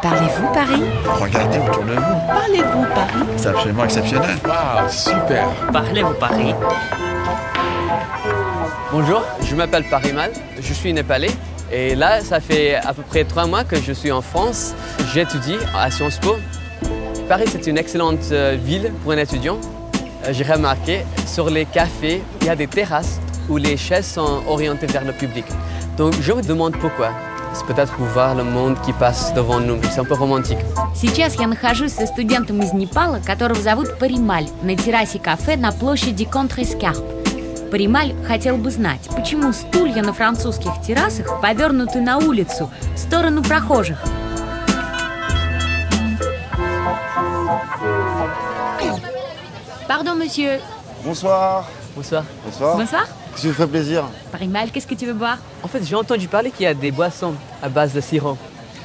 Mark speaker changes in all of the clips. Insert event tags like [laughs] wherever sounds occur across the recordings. Speaker 1: Parlez-vous Paris
Speaker 2: Regardez autour de vous,
Speaker 1: Parlez-vous Paris
Speaker 2: c'est absolument exceptionnel.
Speaker 3: Waouh, super
Speaker 4: Parlez-vous Paris
Speaker 5: Bonjour, je m'appelle Parimal, je suis népalais et là, ça fait à peu près trois mois que je suis en France. J'étudie à Sciences Po. Paris, c'est une excellente euh, ville pour un étudiant. Euh, J'ai remarqué, sur les cafés, il y a des terrasses où les chaises sont orientées vers le public. Donc, je me demande pourquoi. C'est peut-être pour voir le monde qui passe devant nous. C'est un peu romantique.
Speaker 6: Сейчас я нахожусь со студентом из Непала, которого зовут Парималь, на террасе кафе на площади Контрескарп. Парималь хотел бы знать, почему стулья на французских террасах повернуты на улицу, в сторону прохожих. Pardon, monsieur.
Speaker 7: Bonsoir.
Speaker 5: Bonsoir.
Speaker 7: Bonsoir.
Speaker 6: Bonsoir.
Speaker 7: Qu'est-ce qui vous ferait plaisir
Speaker 6: Парималь, qu'est-ce que tu veux boire
Speaker 5: En fait, j'ai entendu parler qu'il y a des boissons à base de sirop.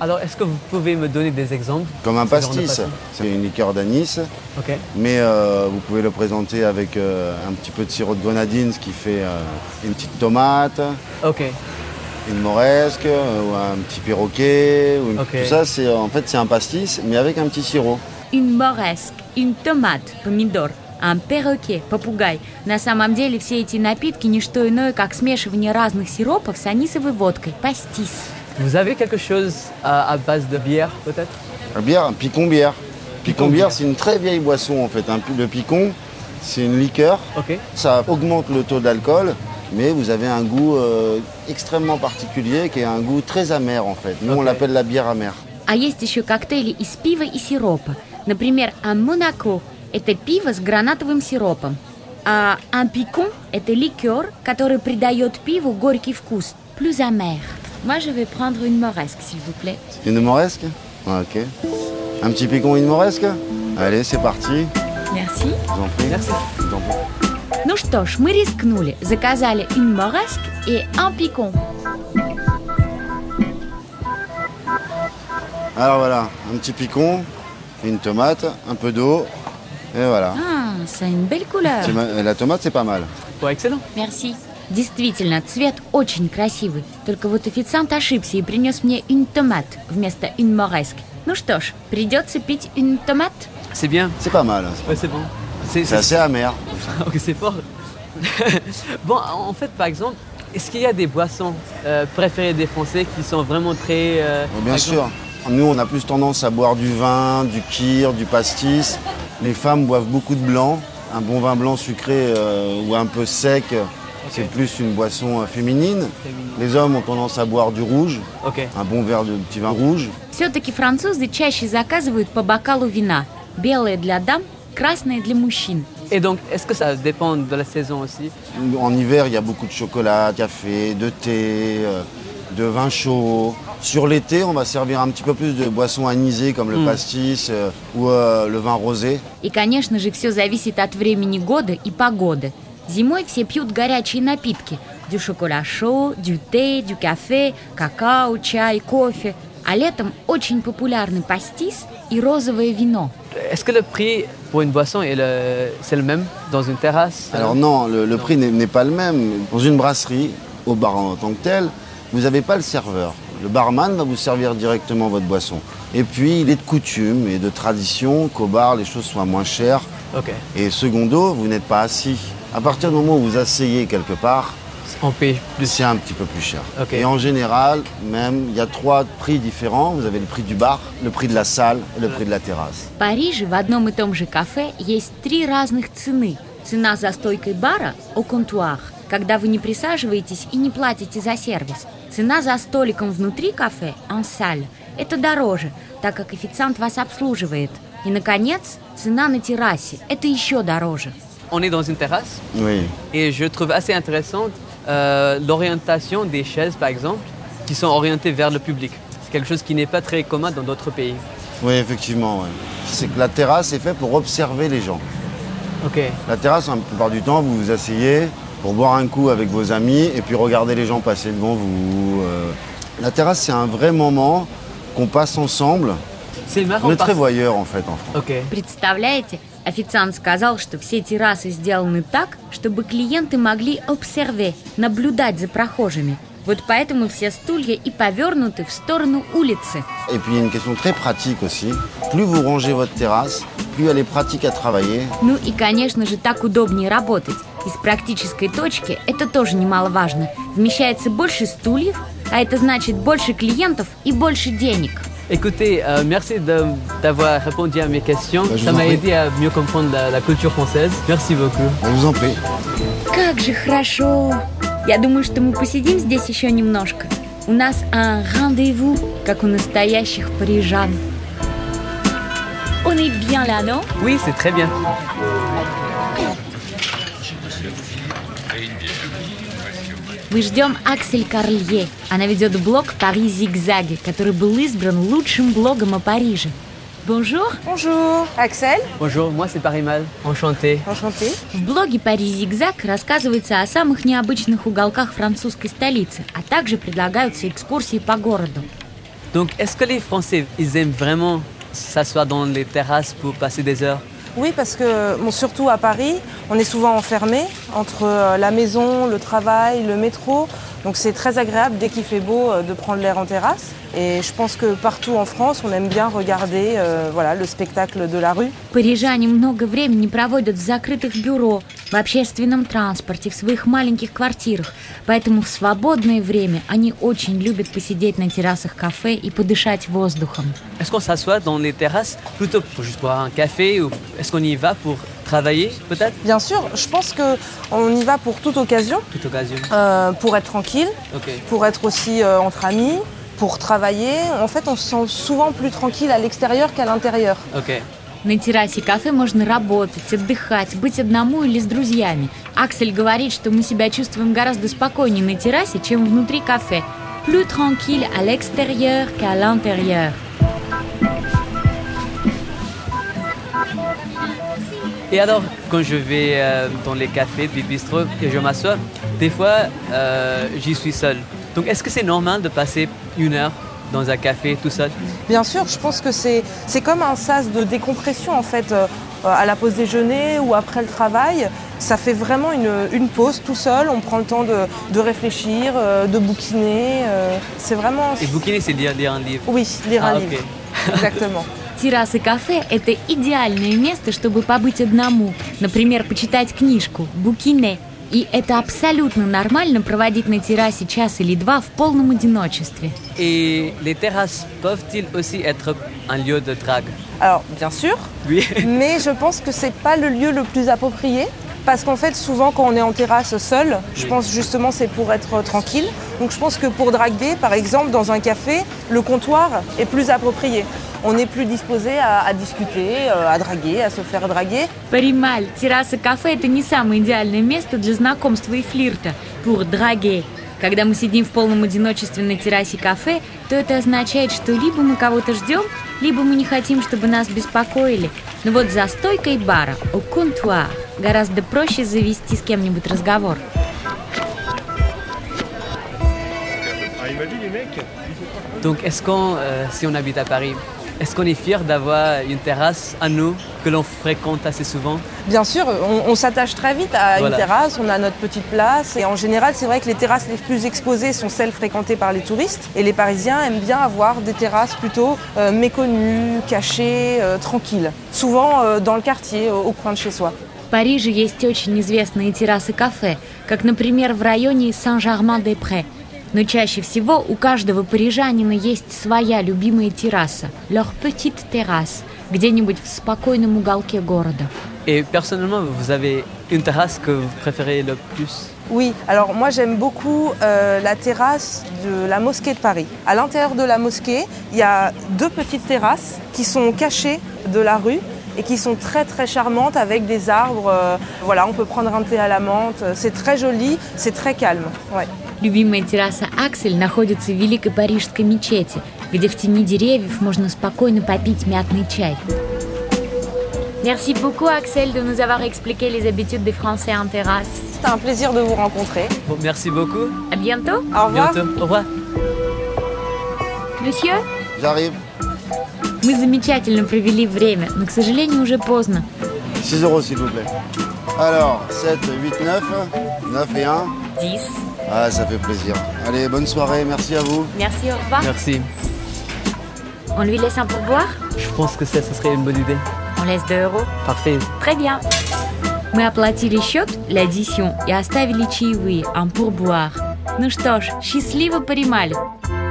Speaker 5: Alors, est-ce que vous pouvez me donner des exemples
Speaker 7: Comme un
Speaker 5: Ce genre de
Speaker 7: pastis.
Speaker 5: pastis.
Speaker 7: C'est une liqueur d'anis,
Speaker 5: Ok.
Speaker 7: mais euh, vous pouvez le présenter avec euh, un petit peu de sirop de grenadine, ce qui fait euh, une petite tomate,
Speaker 5: Ok.
Speaker 7: une moresque, euh, ou un petit perroquet. ou une-
Speaker 5: Ok.
Speaker 7: Tout ça, c'est en fait c'est un pastis, mais avec un petit sirop.
Speaker 6: Une moresque, une tomate, помидор, un perroquet, попугай. На самом деле все эти напитки не что иное, как смешивание разных сиропов с анисовой водкой, пастис.
Speaker 5: Vous avez quelque chose à, à base de bière, peut-être
Speaker 7: La bière, un picon bière. Picon
Speaker 5: bière.
Speaker 7: bière, c'est une très vieille boisson en fait. Un pi- le picon, c'est une liqueur.
Speaker 5: Ok.
Speaker 7: Ça augmente le taux d'alcool, mais vous avez un goût euh, extrêmement particulier qui est un goût très amer en fait. Nous, on
Speaker 5: Ok.
Speaker 7: l'appelle la bière amère.
Speaker 6: А есть еще коктейли из пива и сиропа. Например, а Монако – это пиво с гранатовым сиропом. А ампикон – это ликер, который придает пиву горький вкус, плюс амер. Moi, je vais prendre une moresque, s'il vous plaît.
Speaker 7: Une moresque Ah, Ok. Un petit picon, une moresque Allez, c'est parti.
Speaker 6: Merci.
Speaker 7: Je vous en prie.
Speaker 5: Merci.
Speaker 7: Je vous en prie.
Speaker 6: Ну что ж, мы рискнули. Заказали une moresque и un picon.
Speaker 7: Alors voilà, un petit picon, une tomate, un peu d'eau, et voilà.
Speaker 6: Ah, c'est une belle couleur.
Speaker 7: C'est ma- La tomate, c'est pas mal.
Speaker 5: Bon, excellent.
Speaker 6: Merci. Действительно, цвет очень красивый. Только вот официант ошибся и принес мне une tomate вместо une moresque. Ну что ж, придется пить une tomate.
Speaker 5: C'est bien.
Speaker 7: C'est pas mal.
Speaker 5: Ouais, c'est bon. C'est
Speaker 7: C'est assez amer.
Speaker 5: Ok, c'est fort. [laughs] bon, en fait, par exemple, est-ce qu'il y a des boissons euh, préférées des Français qui sont vraiment très. euh,
Speaker 7: Bon,
Speaker 5: par
Speaker 7: Oh, bien
Speaker 5: exemple-
Speaker 7: sûr. Nous, on a plus tendance à boire du vin, du kir, du pastis. Les femmes boivent beaucoup de blanc. Un bon vin blanc sucré euh, ou un peu sec, c'est plus une boisson euh, féminine. Les hommes ont tendance à boire du rouge,
Speaker 5: Ok.
Speaker 7: un bon verre de petit vin rouge.
Speaker 6: Все-таки французы чаще заказывают по бокалу вина. Белое для дам, красное для мужчин.
Speaker 5: Et donc, est-ce que ça dépend de la saison aussi
Speaker 7: En hiver, il y a beaucoup de chocolat, de café, de thé, euh, de vin chaud. Sur l'été, on va servir un petit peu plus de boissons anisées comme le
Speaker 5: Mm.
Speaker 7: pastis euh, ou euh, le vin rosé.
Speaker 6: И, конечно же, все зависит от времени года и погоды. Зимой все пьют горячие напитки. Дю шоколашо, дю те, дю кафе, какао, чай, кофе. А летом очень популярны пастис и розовое вино.
Speaker 5: Est-ce que le prix pour une boisson est le, c'est le même dans une terrasse
Speaker 7: Alors non, le, le prix n'est- n'est pas le même. Dans une brasserie, au bar en tant que tel, vous n'avez pas le serveur. Le barman va vous servir directement votre boisson. Et puis, il est de coutume et de tradition qu'au bar, les choses soient moins chères.
Speaker 5: Ok.
Speaker 7: Et secondo, vous n'êtes pas assis. À partir du moment où vous asseyez quelque part,
Speaker 5: On paye plus.
Speaker 7: c'est un petit peu plus cher.
Speaker 5: Ok.
Speaker 7: Et en général, même, il y a trois prix différents. Vous avez le prix du bar, le prix de la salle et le prix de la terrasse.
Speaker 6: В Париже в одном и том же кафе есть три разных цены. Цена за стойкой бара – au comptoir, когда вы не присаживаетесь и не платите за сервис. Цена за столиком внутри кафе – en salle. Это дороже, так как официант вас обслуживает. И, наконец, цена на террасе – это еще дороже.
Speaker 5: On est dans une terrasse
Speaker 7: Oui.
Speaker 5: Et je trouve assez intéressante euh, l'orientation des chaises, par exemple, qui sont orientées vers le public. C'est quelque chose qui n'est pas très commun dans d'autres pays.
Speaker 7: Oui, effectivement. ouais. C'est que la terrasse est faite pour observer les gens.
Speaker 5: Ok.
Speaker 7: La terrasse, hein, la plupart du temps, vous vous asseyez pour boire un coup avec vos amis et puis regarder les gens passer devant vous. euh. La terrasse, c'est un vrai moment qu'on passe ensemble.
Speaker 5: C'est marrant.
Speaker 7: On est très
Speaker 5: parce-
Speaker 7: voyeurs en fait en France.
Speaker 5: Ok.
Speaker 6: Представляете, официант сказал, что все террасы сделаны так, чтобы клиенты могли обсерве, наблюдать за прохожими. Вот поэтому все стулья и повернуты в сторону улицы.
Speaker 7: Et puis il y a une question très pratique aussi. Plus vous rangez votre terrasse, plus elle est pratique à travailler.
Speaker 6: Ну и, конечно же, так удобнее работать. Из практической точки это тоже немаловажно. Вмещается больше стульев, а это значит больше клиентов и больше денег.
Speaker 5: Écoutez, euh, merci de- d'avoir répondu à mes questions.
Speaker 7: Bah, je
Speaker 5: Ça
Speaker 7: vous en
Speaker 5: m'a
Speaker 7: prie.
Speaker 5: aidé à mieux comprendre la, la culture française. Merci beaucoup.
Speaker 7: Je vous en prie.
Speaker 6: Как же хорошо! Я думаю, что мы посидим здесь еще немножко. У нас un rendez-vous, как у настоящих парижан. On est bien là, non?
Speaker 5: Oui, c'est très bien.
Speaker 6: Мы ждем Аксель Карлье. Она ведет блог «Пари зигзаги», который был избран лучшим блогом о Париже. Bonjour.
Speaker 1: Bonjour, Axel,
Speaker 5: Bonjour, moi c'est Paris Mal. Enchanté.
Speaker 1: enchanté.
Speaker 6: В блоге «Пари зигзаг» рассказывается о самых необычных уголках французской столицы, а также предлагаются экскурсии по городу.
Speaker 5: Donc, est-ce que les Français, ils aiment vraiment s'asseoir dans les terrasses pour passer des heures
Speaker 1: Oui, parce que bon, surtout à Paris, on est souvent enfermé entre euh, la maison, le travail, le métro. Donc c'est très agréable dès qu'il fait beau euh, de prendre l'air en terrasse. Et je pense que partout en France, on aime bien regarder euh, voilà, le spectacle de la rue.
Speaker 6: Парижане много времени проводят в закрытых бюро, в общественном транспорте, в своих маленьких квартирах, поэтому в свободное время они очень любят посидеть на террасах кафе и подышать воздухом.
Speaker 5: Est-ce qu'on s'assoit dans les terrasses plutôt pour juste boire un café ou est-ce qu'on y va pour travailler peut-être
Speaker 1: Bien sûr, je pense qu'on y va pour toute occasion,
Speaker 5: Toute occasion.
Speaker 1: euh, pour être tranquille,
Speaker 5: Ok.
Speaker 1: pour être aussi euh, entre amis, pour travailler. En fait, on se sent souvent plus tranquille à l'extérieur qu'à l'intérieur.
Speaker 5: Ok.
Speaker 6: На террасе кафе можно работать, отдыхать, быть одному или с друзьями. Аксель говорит, что мы себя чувствуем гораздо спокойнее на террасе, чем внутри кафе. Plus tranquille à l'extérieur qu'à l'intérieur.
Speaker 5: Et alors, quand je vais euh, dans les cafés, des bistrots et je m'assois, des fois, euh, j'y suis seul. Donc, est-ce que c'est normal de passer une heure dans un café tout seul
Speaker 1: Bien sûr, je pense que c'est c'est comme un sas de décompression en fait, euh, euh, à la pause déjeuner ou après le travail. Ça fait vraiment une, une pause tout seul, on prend le temps de, de réfléchir, euh, de bouquiner. euh, c'est vraiment.
Speaker 5: Et bouquiner, c'est lire, lire un livre.
Speaker 1: Oui, lire un
Speaker 5: Ah, ok.
Speaker 1: livre.
Speaker 5: [laughs]
Speaker 1: Exactement.
Speaker 6: Террасы кафе – это идеальное место, чтобы побыть одному. Например, почитать книжку «Букине». И это абсолютно нормально проводить на террасе час или два в полном одиночестве.
Speaker 5: Et les terrasses peuvent-ils aussi être un lieu de drague
Speaker 1: Alors, bien sûr,
Speaker 5: Oui.
Speaker 1: mais je pense que c'est pas le lieu le plus approprié. Parce qu'en fait, souvent, quand on est en terrasse seul, je
Speaker 5: Oui.
Speaker 1: pense justement c'est pour être euh, tranquille. Donc, je pense que pour draguer, par exemple, dans un café, le comptoir est plus approprié. On est plus disposé à, à discuter, euh, à draguer, à se faire draguer.
Speaker 6: Парималь, терраса кафе – это не самое идеальное место для знакомства и флирта. Pour draguer. Когда мы сидим в полном одиночестве на террасе кафе, то это означает, что либо мы кого-то ждем, либо мы не хотим, чтобы нас беспокоили. Но вот за стойкой бара, у comptoir, гораздо проще завести с кем-нибудь разговор.
Speaker 5: Donc, est-ce qu'on, euh, si on habite à Paris, est-ce qu'on est fier d'avoir une terrasse à nous que l'on fréquente assez souvent
Speaker 1: Bien sûr, on, on s'attache très vite à
Speaker 5: Voilà.
Speaker 1: une terrasse, on a notre petite place. Et en général, c'est vrai que les terrasses les plus exposées sont celles fréquentées par les touristes. Et les Parisiens aiment bien avoir des terrasses plutôt euh, méconnues, cachées, euh, tranquilles. Souvent euh, dans le quartier, au, au coin de chez soi.
Speaker 6: В Париже есть очень известные террасы кафе, как, например, в районе Сан-Жерман-де-Пре. Но чаще всего у каждого парижанина есть своя любимая терраса – leur petite terrasse, где-нибудь в спокойном уголке города.
Speaker 5: Et personnellement, vous avez une terrasse que vous préférez le plus
Speaker 1: Oui, alors moi j'aime beaucoup euh, la terrasse de la mosquée de Paris. À l'intérieur de la mosquée, il y a deux petites terrasses qui sont cachées de la rue et qui sont très très charmantes avec des arbres. euh, voilà, on peut prendre un thé à la menthe. euh, C'est très joli, c'est très calme. Ouais.
Speaker 6: Любимая терраса Аксель находится в Великой Парижской мечети, где в тени деревьев можно спокойно попить мятный чай. Merci beaucoup, Axel, de nous avoir expliqué les habitudes des Français en terrasse.
Speaker 1: C'était un plaisir de vous rencontrer.
Speaker 5: Bon, merci beaucoup.
Speaker 6: À bientôt,
Speaker 1: Au revoir.
Speaker 5: Bientôt. Au revoir.
Speaker 6: monsieur
Speaker 7: J'arrive.
Speaker 6: Мы замечательно провели время, но, к сожалению, уже поздно.
Speaker 7: 6 euros s'il vous plaît. Alors, 7, 8, 9, 9 et 1.
Speaker 6: Дис,
Speaker 7: Ah, ça fait plaisir. Allez, bonne soirée, merci à vous.
Speaker 6: Merci, au revoir.
Speaker 5: Merci.
Speaker 6: On lui laisse un pourboire
Speaker 5: Je pense que ça, ça serait une bonne idée.
Speaker 6: On laisse 2 euros.
Speaker 5: Parfait.
Speaker 6: Très bien. Мы оплатили счет, l'addition, и оставили чаевые, un pourboire. Ну что ж, счастливо поримали.